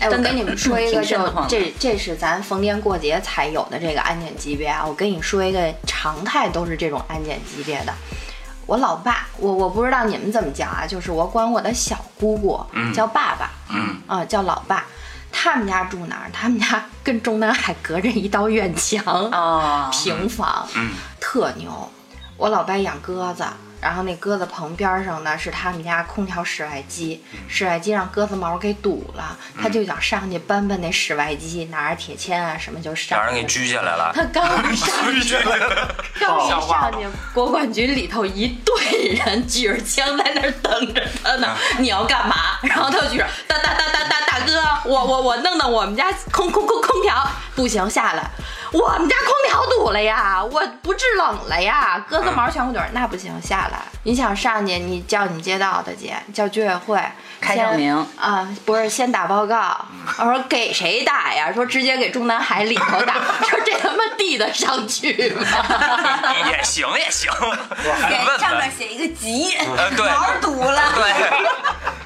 Speaker 8: 哎，我
Speaker 6: 真的
Speaker 8: 跟你们说一个，
Speaker 6: [LAUGHS] 挺
Speaker 8: 就
Speaker 6: 瘆得慌的
Speaker 8: 这这是咱逢年过节才有的这个安检级别啊！我跟你说一个常态都是这种安检级别的。我老爸，我我不知道你们怎么讲啊，就是我管我的小姑姑、叫爸爸，嗯啊、叫老爸。他们家住哪儿？他们家 [LAUGHS] 跟中南海隔着一道院墙
Speaker 6: 哦，
Speaker 8: 平房，嗯，特牛。我老伯养鸽子，然后那鸽子棚边上呢是他们家空调室外机，
Speaker 10: 嗯
Speaker 8: 室外机让鸽子毛给堵了，他就想上去搬搬那室外机，拿着铁签啊什么就上
Speaker 10: 让
Speaker 8: 去。
Speaker 10: 人给拘下来了。
Speaker 8: 他刚一上
Speaker 10: [LAUGHS]
Speaker 8: 去，刚一上去，国管局里头一队人举着枪在那儿等着他呢。你要干嘛？然后他就举着，大大大大大大哥，我我我弄弄我们家空空空空调，不行下来。我们家空调堵了呀，我不制冷了呀，鸽子毛全部堵，那不行，下来。你想上去，你叫你街道的去，叫居委会，
Speaker 6: 开证
Speaker 8: 先
Speaker 6: 明
Speaker 8: 啊、不是先打报告。我说给谁打呀？说直接给中南海里头打。说这他妈递得上去吗？
Speaker 10: 也行也行，
Speaker 5: 给
Speaker 10: 问
Speaker 5: 上
Speaker 10: 问
Speaker 5: 面，写一个 [LAUGHS] 急，
Speaker 10: 呃对
Speaker 5: 毛儿堵了。
Speaker 10: 对，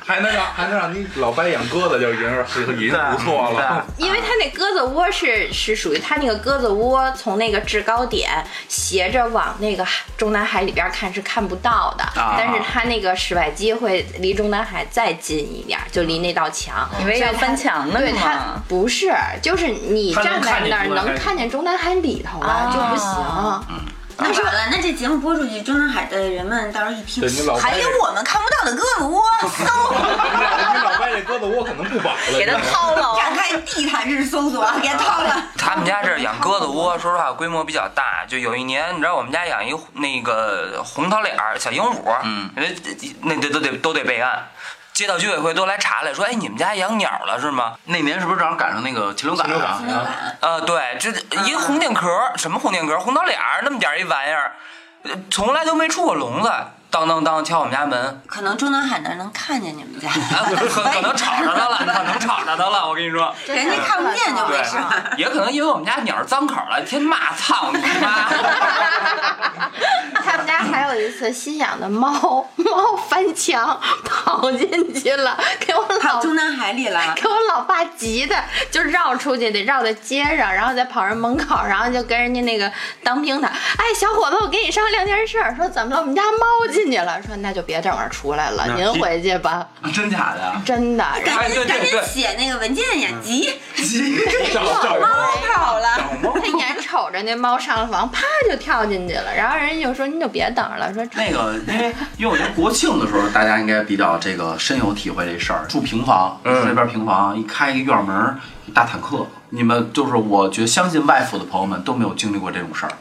Speaker 11: 还能让还能让你老白养鸽子，就已经是已经不错了。
Speaker 8: 因为它那鸽子窝是是属于它那个鸽子窝，从那个制高点斜着往那个海中南海里边看是看不到的，
Speaker 2: 啊
Speaker 8: 但是它那个室外机会离中南海再近一点，就离那道墙。
Speaker 5: 嗯
Speaker 6: 以为要
Speaker 8: 所以它
Speaker 6: 翻墙呢
Speaker 8: 对它
Speaker 6: 吗？
Speaker 8: 不是，就是你
Speaker 7: 它能
Speaker 8: 站在
Speaker 7: 看见
Speaker 8: 那儿
Speaker 7: 中南海
Speaker 8: 能看见中南海里头啊，就不
Speaker 5: 嗯
Speaker 8: 行。
Speaker 5: [LAUGHS] 那完了，那这节目播出去，中南海的人们到时候一听
Speaker 11: 对你老，白
Speaker 5: 还有我们看不到的鸽子窝， [LAUGHS] 搜，
Speaker 11: [LAUGHS] 你老白这鸽子窝可能不保了，
Speaker 6: 给他掏了，
Speaker 5: 展开地毯式搜索，别掏了。
Speaker 10: 他们家这儿养鸽子窝，说实话规模比较大。就有一年，你知道我们家养一那个红桃脸儿小鹦鹉，
Speaker 2: 嗯
Speaker 10: 那那这都得都得备案，街道居委会都来查来说，哎，你们家养鸟了是吗？
Speaker 2: 那年是不是正好赶上那个禽流感啊？
Speaker 10: 呃，对，这一个红顶壳儿，什么红顶壳儿，红桃脸儿那么点儿一玩意儿，呃从来都没出过笼子，当当当敲我们家门，
Speaker 5: 可能中南海那儿能看见你们家，
Speaker 10: 啊，可可能吵着它了，可能吵着它了，我跟你说。
Speaker 5: 人家看不见就没事儿。
Speaker 10: 对，也可能因为我们家鸟儿脏口了，天骂操你妈！
Speaker 8: [LAUGHS] 他们家还有一次新养的猫，猫翻墙跑进去了，给我
Speaker 5: 跑
Speaker 8: 老
Speaker 5: 中南海里了，
Speaker 8: 给我老爸急的，就绕出去，得绕到街上，然后再跑人门口，然后就跟人家那个当兵的，哎，小伙子，我跟你商量件事儿，说怎么了？我们家猫进去了，说那就别等着出来了，
Speaker 4: 那
Speaker 8: 您
Speaker 4: 急
Speaker 8: 回去吧，
Speaker 2: 啊真假的 [LAUGHS] 呀？
Speaker 8: 真的。 [LAUGHS] 然后
Speaker 10: 哎对
Speaker 5: 赶紧赶
Speaker 10: 对
Speaker 5: 紧
Speaker 10: 对
Speaker 5: 写那个文件呀，
Speaker 6: [LAUGHS]
Speaker 5: 急，
Speaker 11: 找找
Speaker 5: 猫跑了。
Speaker 8: 他眼瞅着那猫上了房，啪就跳进去了，然后人家就说你就别等着了，说
Speaker 2: [LAUGHS] 那个，因为因为我觉得国庆的时候，大家应该比较这个深有体会这事儿。住平房，
Speaker 10: 嗯
Speaker 2: 那边平房一开一个院门儿，一大坦克。你们就是我觉得相信外府的朋友们都没有经历过这种事儿，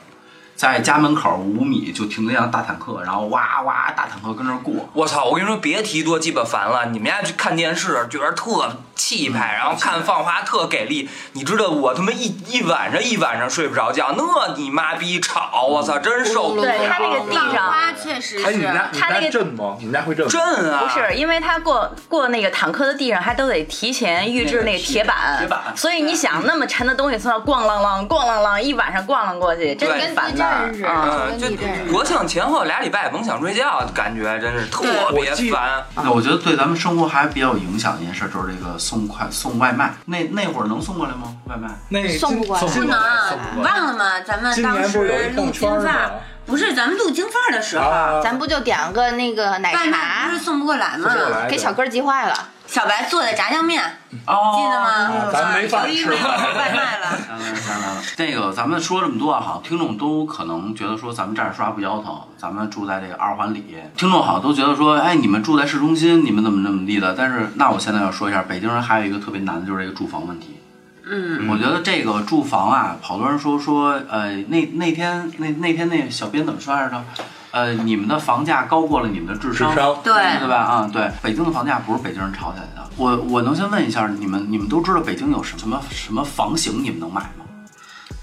Speaker 2: 在家门口五米就停了一辆大坦克，然后哇哇大坦克跟那儿过。
Speaker 10: 我操！我跟你说，别提多鸡巴烦了。你们家去看电视，觉得特气派，然后看放花特给力。你知道我他妈一一晚上一晚上睡不着觉，那你妈逼吵！我操，真受不了。
Speaker 6: [LAUGHS] 对他那个地上。
Speaker 5: 花确实
Speaker 11: 哎，你们
Speaker 5: 是。
Speaker 11: 家你们家震吗？你们家会震吗？
Speaker 10: 震啊！
Speaker 6: 不是，因为他过过那个坦克的地上，还都得提前预制那个铁板，
Speaker 2: 铁板
Speaker 6: 所以你想那么沉的东西从那儿咣啷啷、咣啷啷一晚上咣啷过去，真
Speaker 10: 对
Speaker 6: 跟烦
Speaker 8: 地
Speaker 6: 的
Speaker 8: 震似的
Speaker 6: 啊！
Speaker 10: 嗯，就
Speaker 8: 跟地震似的
Speaker 10: 国庆前后俩礼拜甭想睡觉，感觉真是特别烦。
Speaker 2: 那我觉得对咱们生活还比较有影响的一件事，就是这个送快送外卖。那那会儿能送过来吗？外卖？
Speaker 11: 那
Speaker 8: 送不过来
Speaker 5: 不能啊，忘了吗？咱们当
Speaker 11: 今年不是有
Speaker 5: 时
Speaker 11: 一
Speaker 5: 录
Speaker 11: 动圈
Speaker 5: 京
Speaker 11: 儿吗
Speaker 5: 范儿，不是咱们录京范儿的时候，
Speaker 11: 啊，
Speaker 8: 咱不就点了个那个奶
Speaker 5: 外卖
Speaker 8: 茶
Speaker 5: 不是，送不过来吗？
Speaker 11: 送不过来
Speaker 8: 给小哥急坏了。
Speaker 5: 小白做的炸酱面，
Speaker 2: 哦，
Speaker 5: 记得吗
Speaker 11: 啊？咱没饭吃
Speaker 5: 有一碗 [LAUGHS]
Speaker 2: 来
Speaker 5: 外卖了。
Speaker 2: 来来来来，这个咱们说这么多啊，好像听众都可能觉得说咱们这儿刷不腰疼，咱们住在这个二环里，听众好像都觉得说，哎，你们住在市中心，你们怎么怎么地的？但是那我现在要说一下，北京人还有一个特别难的就是这个住房问题。
Speaker 5: 嗯，
Speaker 2: 我觉得这个住房啊，好多人说说，呃，那那天那那天那小编怎么说来着？呃，你们的房价高过了你们的智
Speaker 11: 智商
Speaker 5: 对，
Speaker 2: 对吧？啊，对，北京的房价不是北京人炒起来的。我我能先问一下，你们你们都知道北京有什么什么房型你们能买吗？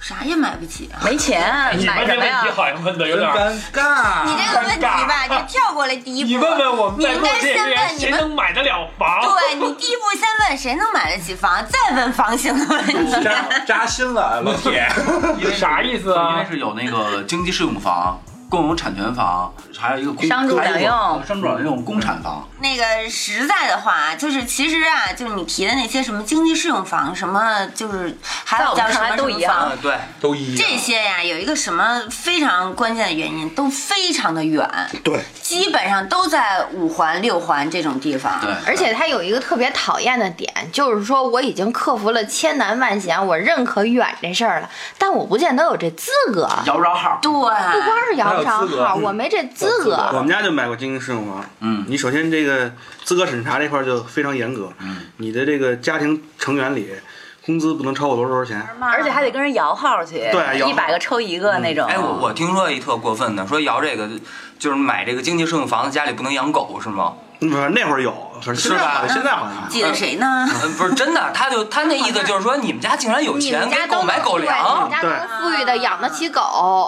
Speaker 5: 啥也买不起啊。
Speaker 6: 没钱
Speaker 7: 哎嗯你
Speaker 6: 买
Speaker 7: 们
Speaker 6: 什
Speaker 7: 这
Speaker 6: 么
Speaker 7: 问
Speaker 6: 呀
Speaker 7: 题？好像问的有
Speaker 11: 真
Speaker 7: 点儿。
Speaker 11: 尴尬。
Speaker 5: 你这个问题吧，就跳过了第一步。
Speaker 7: 你问问我们
Speaker 5: 你
Speaker 7: 在
Speaker 5: 应
Speaker 7: 座
Speaker 5: 该
Speaker 7: 这
Speaker 5: 先
Speaker 7: 些人，
Speaker 5: 问你
Speaker 7: 谁
Speaker 5: 们，
Speaker 7: 能买得了房？ [LAUGHS]
Speaker 5: 对啊你第一步先问谁能买得起房，再问房型的问题。
Speaker 7: 啊
Speaker 11: 扎扎心了，老
Speaker 10: [LAUGHS]
Speaker 11: 铁。
Speaker 7: 啥意思
Speaker 2: 因为
Speaker 7: 啊？
Speaker 2: 是有那个经济适用房、共有产权房，还有一个公
Speaker 6: 商住两用
Speaker 2: 商住两用公产房。
Speaker 5: 那个实在的话，就是其实啊，就是你提的那些什么经济适用房，什么就是还有叫什
Speaker 6: 在
Speaker 5: 么
Speaker 6: 我们看来都一样
Speaker 5: 什么
Speaker 10: 嗯，对，
Speaker 11: 都
Speaker 5: 房，
Speaker 11: 一
Speaker 5: 这些呀有一个什么非常关键的原因，都非常的远，
Speaker 4: 对，
Speaker 5: 基本上都在五环、六环这种地方。
Speaker 2: 对，
Speaker 8: 而且它有一个特别讨厌的点，就是说我已经克服了千难万险，我认可远这事儿了，但我不见得有这资格。
Speaker 2: 摇着号，
Speaker 5: 对，啊
Speaker 8: 不光是摇
Speaker 10: 哎
Speaker 8: 不
Speaker 11: 哪
Speaker 8: 着
Speaker 11: 有资格
Speaker 8: 号，我没这资
Speaker 11: 有资
Speaker 8: 格
Speaker 11: 格。
Speaker 4: 我们家就买过经济适用房。
Speaker 2: 嗯
Speaker 4: 啊你首先这个资格审查这块儿就非常严格，
Speaker 2: 嗯，
Speaker 4: 你的这个家庭成员里，工资不能超过多少多少钱。
Speaker 6: 而且还得跟人摇号去，
Speaker 4: 对摇号
Speaker 6: 一百个抽一个那种。
Speaker 10: 哎，我我听说一特过分的，说摇这个就是买这个经济适用房子，家里不能养狗是吗？
Speaker 4: 嗯那会儿有，事儿，
Speaker 3: 是
Speaker 4: 现在
Speaker 3: 吧
Speaker 4: 好现在好像还好
Speaker 5: 记得谁呢？
Speaker 10: 嗯，不是真的，他就他那意思就是说，你们家竟然有
Speaker 8: 你
Speaker 10: 钱
Speaker 8: 们
Speaker 10: 给
Speaker 8: 家
Speaker 10: 狗
Speaker 8: 都
Speaker 10: 买狗粮
Speaker 8: 你们家都能富裕的养得起狗。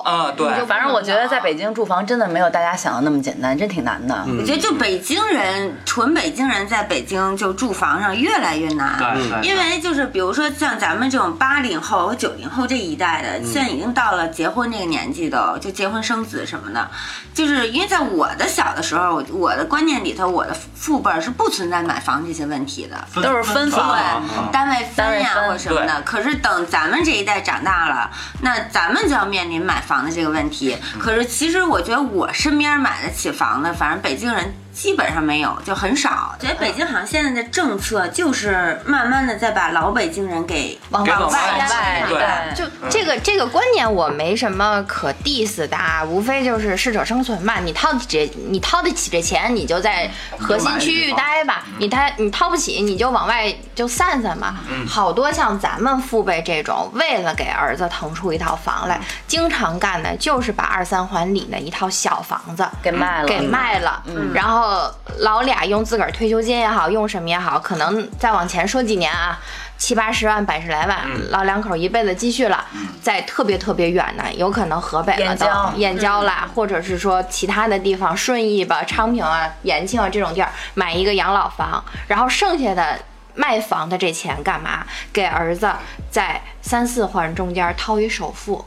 Speaker 10: 啊？对，
Speaker 6: [LAUGHS] 反正我觉得在北京住房真的没有大家想的那么简单，真挺难的。
Speaker 8: 嗯
Speaker 5: 我觉得就北京人，纯北京人在北京就住房上越来越难。
Speaker 10: 对对，
Speaker 5: 因为就是比如说像咱们这种八零后和九零后这一代的，现在已经到了结婚这个年纪的，就结婚生子什么的，就是因为在我的小的时候，我我的观念里头，我的父辈儿是不存在买房这些问题的。
Speaker 6: 都是分
Speaker 5: 对
Speaker 6: 房啊，
Speaker 2: 嗯
Speaker 5: 单位分呀
Speaker 6: 单位分
Speaker 5: 或什么的。可是等咱们这一代长大了，那咱们就要面临买房的这个问题。可是其实我觉得我身边买得起房的，反正北京人。基本上没有，就很少。觉得北京好像现在的政策就是慢慢的在把老北京人给
Speaker 8: 往
Speaker 10: 给往
Speaker 5: 外
Speaker 10: 外
Speaker 6: 外
Speaker 10: 对
Speaker 8: 就这个这个观念，我没什么可 diss 的啊，无非就是适者生存嘛。你掏得起你掏得起这钱，你就在核心区域待吧；你掏你掏不起，你就往外就散散吧。好多像咱们父辈这种，为了给儿子腾出一套房来，经常干的就是把二三环里的一套小房子
Speaker 6: 给卖了，
Speaker 8: 给卖了，嗯然后老俩用自个儿退休金也好，用什么也好，可能再往前说几年啊，七八十万、百十来万，
Speaker 6: 嗯
Speaker 8: 老两口一辈子积蓄了，在特别特别远的，有可能河北了
Speaker 6: 燕
Speaker 8: 都
Speaker 6: 郊嗯
Speaker 8: 燕郊啦，或者是说其他的地方，顺义吧、昌平啊、延庆啊这种地儿买一个养老房，然后剩下的。卖房的这钱干嘛？给儿子在三四环中间掏一首付，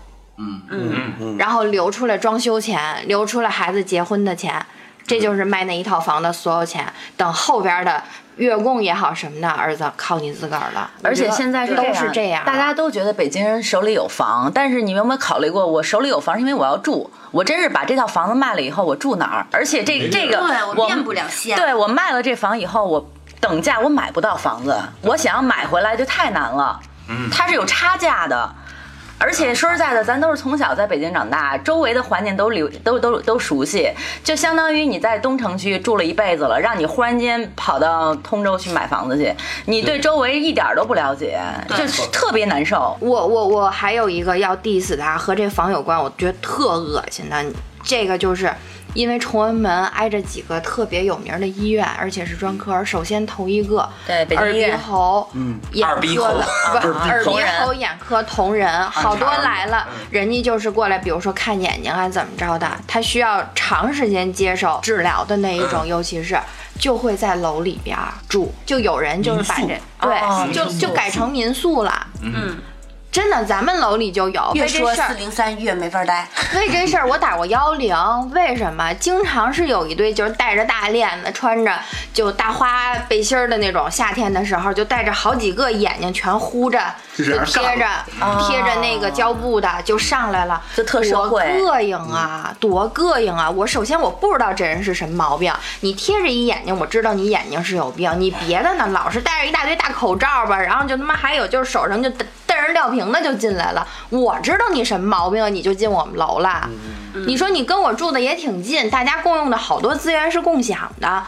Speaker 8: 然后留出来装修钱，留出来孩子结婚的钱，这就是卖那一套房的所有钱。等后边的月供也好什么的，儿子靠你自个儿了。
Speaker 6: 而且现在是
Speaker 8: 都是这样
Speaker 6: 大家都觉得北京人手里有房，但是你们有没有考虑过，我手里有房是因为我要住，我真是把这套房子卖了以后，我住哪儿？而且这这个
Speaker 5: 对我
Speaker 6: 我
Speaker 5: 变不了现。
Speaker 6: 对我卖了这房以后，我等价我买不到房子，我想要买回来就太难了。嗯，它是有差价的。而且说实在的，咱都是从小在北京长大，周围的环境都流都都都熟悉，就相当于你在东城区住了一辈子了，让你忽然间跑到通州去买房子去，你对周围一点儿都不了解，就是特别难受。
Speaker 8: 我我我还有一个要 diss 的啊，和这房有关，我觉得特恶心的。这个就是因为崇文门挨着几个特别有名的医院，而且是专科。首先头一个，
Speaker 6: 对北京
Speaker 8: 耳
Speaker 6: 医
Speaker 8: 鼻
Speaker 6: 院
Speaker 8: 喉，嗯，眼
Speaker 10: 二鼻
Speaker 8: 科
Speaker 10: 喉
Speaker 8: 的，不是耳鼻
Speaker 6: 同仁
Speaker 8: 喉眼科同仁，好多
Speaker 10: 查了
Speaker 8: 来了，人家就是过来，比如说看眼睛啊，怎么着的，他需要长时间接受治疗的那一种，尤其是就会在楼里边儿住，就有人就是把这
Speaker 6: 哦
Speaker 8: 对，就就改成民宿了，
Speaker 5: 嗯，
Speaker 8: 真的，咱们楼里就有。
Speaker 5: 越
Speaker 8: 为这事
Speaker 5: 说四
Speaker 8: 儿，
Speaker 5: 零三越没法待。
Speaker 8: [LAUGHS] 为这事儿，我打过幺零。为什么？经常是有一堆就是带着大链子、穿着就大花背心儿的那种，夏天的时候就带着好几个眼睛全糊着，就
Speaker 4: 就是
Speaker 8: 贴着贴着那个胶布的就上来了，
Speaker 6: 就特社会嗯
Speaker 8: 多膈应啊，多膈应啊！我首先我不知道这人是什么毛病，你贴着一眼睛，我知道你眼睛是有病。你别的呢，老是戴着一大堆大口罩吧，然后就他妈还有就是手上就蹬蹬人吊瓶的就进来了。我知道你什么毛病，你就进我们楼了。
Speaker 6: 嗯
Speaker 8: 你说你跟我住的也挺近，大家共用的好多资源是共享的。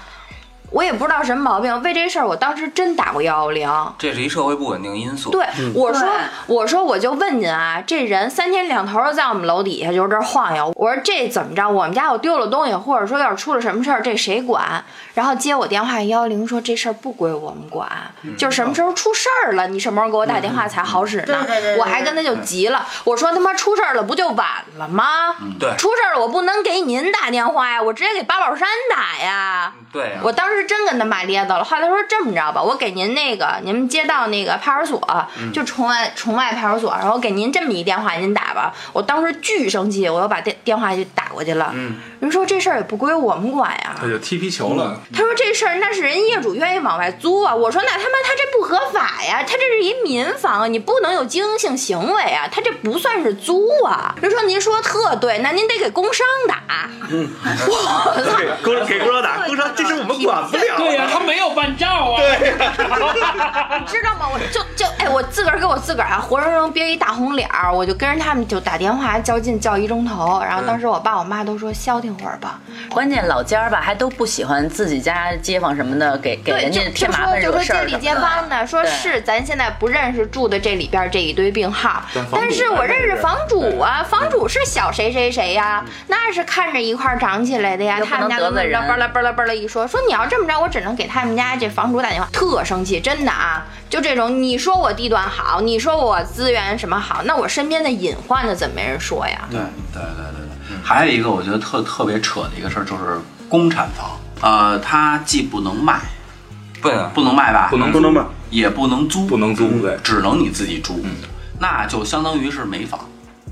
Speaker 8: 我也不知道什么毛病，为这事儿我当时真打过幺幺零。
Speaker 10: 这是一社会不稳定因素。嗯
Speaker 8: 对，我说
Speaker 5: 对
Speaker 8: 我说我就问您啊，这人三天两头儿在我们楼底下就是这儿晃悠，我说这怎么着？我们家有丢了东西，或者说要是出了什么事儿，这谁管？然后接我电话幺幺零说这事儿不归我们管，
Speaker 10: 嗯
Speaker 8: 就是什么时候出事儿了，你什么时候给我打电话才好使呢？
Speaker 5: 嗯对对对对
Speaker 8: 我还跟他就急了，我说他妈出事儿了不就晚了吗？
Speaker 10: 对
Speaker 8: 出事儿了我不能给您打电话呀，我直接给八宝山打呀。
Speaker 10: 对啊，
Speaker 8: 我当时真跟他骂咧子了。后来他说这么着吧，我给您那个你们街道那个派出所，就崇外崇外派出所，然后给您这么一电话，您打吧。我当时巨生气，我又把电电话就打过去了。人说这事儿也不归我们管呀。
Speaker 11: 他就踢皮球了。
Speaker 8: 他说这事儿那是人业主愿意往外租啊。我说那他妈他这不合法呀，他这是一民房啊，你不能有经营性行为啊，他这不算是租啊。人说您说得特对，那您得给工商打。 [LAUGHS] 我操！
Speaker 4: 给工给工商打工商，这事我们管不了。
Speaker 7: 对呀、他没有办照啊。对，
Speaker 8: 知道吗？我就就哎，我自个儿给我自个儿还活生生憋一大红脸儿，我就跟人他们就打电话较劲较一钟头，然后当时我爸我妈都说消停会儿吧，
Speaker 6: 关键老家儿吧，还都不喜欢自己家街坊什么的，给给
Speaker 8: 对，
Speaker 6: 人
Speaker 8: 就
Speaker 6: 家添
Speaker 8: 就
Speaker 6: 麻
Speaker 8: 说
Speaker 6: 烦
Speaker 8: 就
Speaker 6: 惹
Speaker 8: 说
Speaker 6: 事
Speaker 8: 街
Speaker 6: 儿
Speaker 8: 里
Speaker 6: 什
Speaker 8: 街
Speaker 6: 么的。
Speaker 8: 坊的，说
Speaker 6: 对
Speaker 8: 是咱现在不认识住的这里边这一堆病号，但是我认识嗯房主啊，房主是小谁谁谁呀，那是看着一块儿长起来的呀，
Speaker 6: 又不
Speaker 8: 他们
Speaker 6: 能
Speaker 8: 家
Speaker 6: 得
Speaker 8: 怎么
Speaker 6: 罪
Speaker 8: 着
Speaker 6: 人
Speaker 8: 巴拉巴拉巴拉一说，说你要这么着，我只能给他们家这房主打电话，特生气，真的啊！就这种，你说我地段好，你说我资源什么好，那我身边的隐患的怎么没人说呀？
Speaker 2: 对对对对对，还有一个我觉得特特别扯的一个事儿就是公产房，呃，它既不能卖，
Speaker 10: 笨啊，
Speaker 2: 不能卖吧，
Speaker 11: 不能
Speaker 4: 不能 [LAUGHS] 吧？
Speaker 2: 也不能租，嗯
Speaker 11: 不能租对，
Speaker 2: 只能你自己住，
Speaker 4: 嗯
Speaker 2: 那就相当于是没房。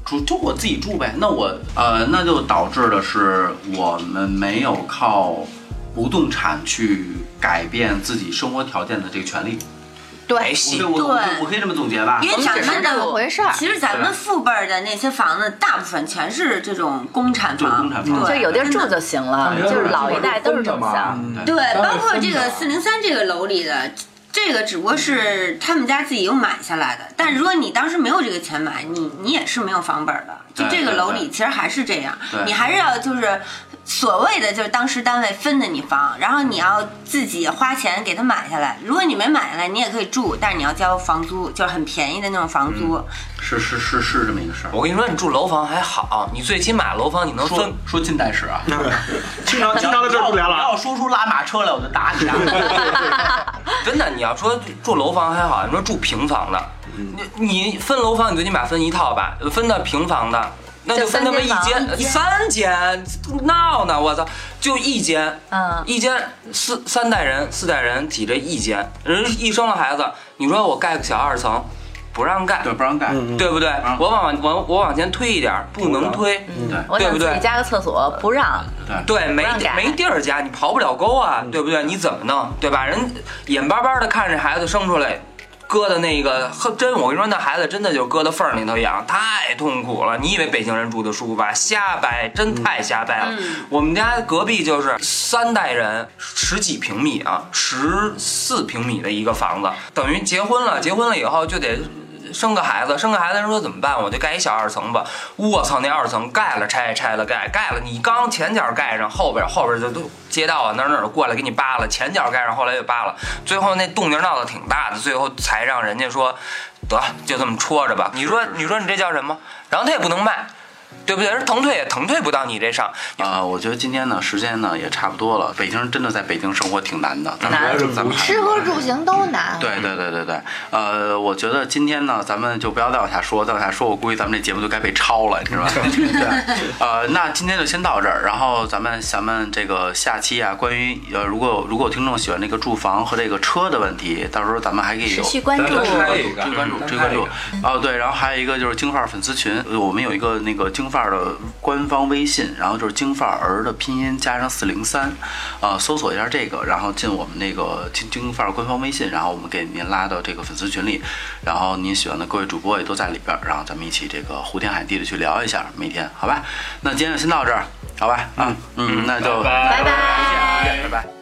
Speaker 2: 住就我自己住呗，那我呃，那就导致的是我们没有靠不动产去改变自己生活条件的这个权利。
Speaker 10: 没
Speaker 8: 对，
Speaker 10: 戏
Speaker 2: 我可以我我可以
Speaker 5: 对
Speaker 2: 我可以这么总结吧？
Speaker 5: 因为咱们
Speaker 8: 这么
Speaker 5: 的
Speaker 8: 回事儿
Speaker 5: 其实咱们父辈儿的那些房子，大部分全是这种公产
Speaker 2: 就是
Speaker 5: 房，
Speaker 2: 公产房
Speaker 6: 就
Speaker 5: 对
Speaker 6: 有地儿住就行了，就是老一代都是这么想。
Speaker 2: 对
Speaker 5: 对，
Speaker 7: 单位
Speaker 5: 包括
Speaker 7: 分
Speaker 5: 这个
Speaker 7: 的
Speaker 5: 四零三这个楼里的，这个只不过是他们家自己又买下来的。但如果你当时没有这个钱买，你你也是没有房本的。就
Speaker 2: 对
Speaker 5: 这个
Speaker 2: 对
Speaker 5: 楼
Speaker 2: 对
Speaker 5: 里其实还是这样
Speaker 2: 对，
Speaker 5: 你还是要就是所谓的就是当时单位分的你房，然后你要自己花钱给它买下来。如果你没买下来，你也可以住，但是你要交房租，就是很便宜的那种房租。
Speaker 2: 嗯是是是是这么一个事儿。
Speaker 10: 我跟你说，你住楼房还好，你最起码楼房你能
Speaker 2: 说
Speaker 10: 分。
Speaker 2: 说近代史啊，
Speaker 4: 经常经常到这儿不聊
Speaker 2: 你
Speaker 4: 了，啊
Speaker 2: 要说出拉马车来，我就打你啊！
Speaker 10: 真的，你要说住楼房还好，你说住平房的，你你分楼房，你最起码分一套吧，分到平房的。那就分他妈一间，三间闹呢！我操，就一间，
Speaker 6: 嗯
Speaker 10: 一间四三代人四代人挤着一间，人一生了孩子，你说我盖个小二层，不让盖，
Speaker 2: 对，不让盖。
Speaker 4: 嗯嗯
Speaker 10: 对不对
Speaker 2: 嗯？
Speaker 10: 我往往往我往前推一点，不能推，
Speaker 4: 嗯
Speaker 2: 对
Speaker 6: 我
Speaker 10: 对
Speaker 6: 想
Speaker 10: 不
Speaker 6: 自
Speaker 10: 对
Speaker 6: 己加个厕所，不让。
Speaker 2: 对，
Speaker 10: 对，没
Speaker 6: 不让改嗯
Speaker 10: 没地儿加，你刨不了沟啊，对不对？你怎么弄，对吧？人眼巴巴的看着孩子生出来，搁到那个呵真，我跟你说，那孩子真的就搁到缝儿里头养，太痛苦了。你以为北京人住的舒服吧？瞎掰，真
Speaker 6: 嗯
Speaker 10: 太瞎掰了。我们家隔壁就是三代人，十几平米啊，十四平米的一个房子，等于结婚了，结婚了以后就得。生个孩子，生个孩子，人说怎么办？我就盖一小二层吧。我操，那二层盖了拆，拆了盖，盖了你刚前脚盖上，后边后边就都街道啊哪儿哪儿过来给你扒了，前脚盖上，后来又扒了，最后那动静闹得挺大的，最后才让人家说得就这么戳着吧。你说你说你这叫什么？然后他也不能卖，对不对？人腾退也腾退不到你这上，
Speaker 2: 啊，我觉得今天呢，时间呢也差不多了。北京人真的在北京生活挺难的，咱们
Speaker 6: 难
Speaker 2: 咱们还
Speaker 8: 吃喝住行都难。
Speaker 2: 对对对对对，呃，我觉得今天呢，咱们就不要再往下说，再往下说，我估计咱们这节目就该被抄了，你知道
Speaker 6: [LAUGHS]
Speaker 2: 吧？对，呃，那今天就先到这儿，然后咱们咱们这个下期啊，关于呃，如果如果有听众喜欢这个住房和这个车的问题，到时候咱们还可以
Speaker 6: 持
Speaker 2: 有。
Speaker 6: 续关注
Speaker 11: 咱，们开一
Speaker 2: 注
Speaker 11: 个
Speaker 2: 追关注，
Speaker 11: 嗯
Speaker 2: 追关注
Speaker 11: 咱开。
Speaker 2: 哦，对，然后还有一个就是京范儿粉丝群，呃我们有一个那个京范儿的官方微信，然后就是京范儿的拼音加上四零三，呃，搜索一下这个，然后进我们那个京京范儿官方微信，然后我们给您拉到这个粉丝群里，然后您喜欢的各位主播也都在里边儿，然后咱们一起这个呼天海地的去聊一下，每天好吧？那今天就先到这儿，好吧？啊，嗯，那就
Speaker 6: 拜拜。
Speaker 2: 拜拜。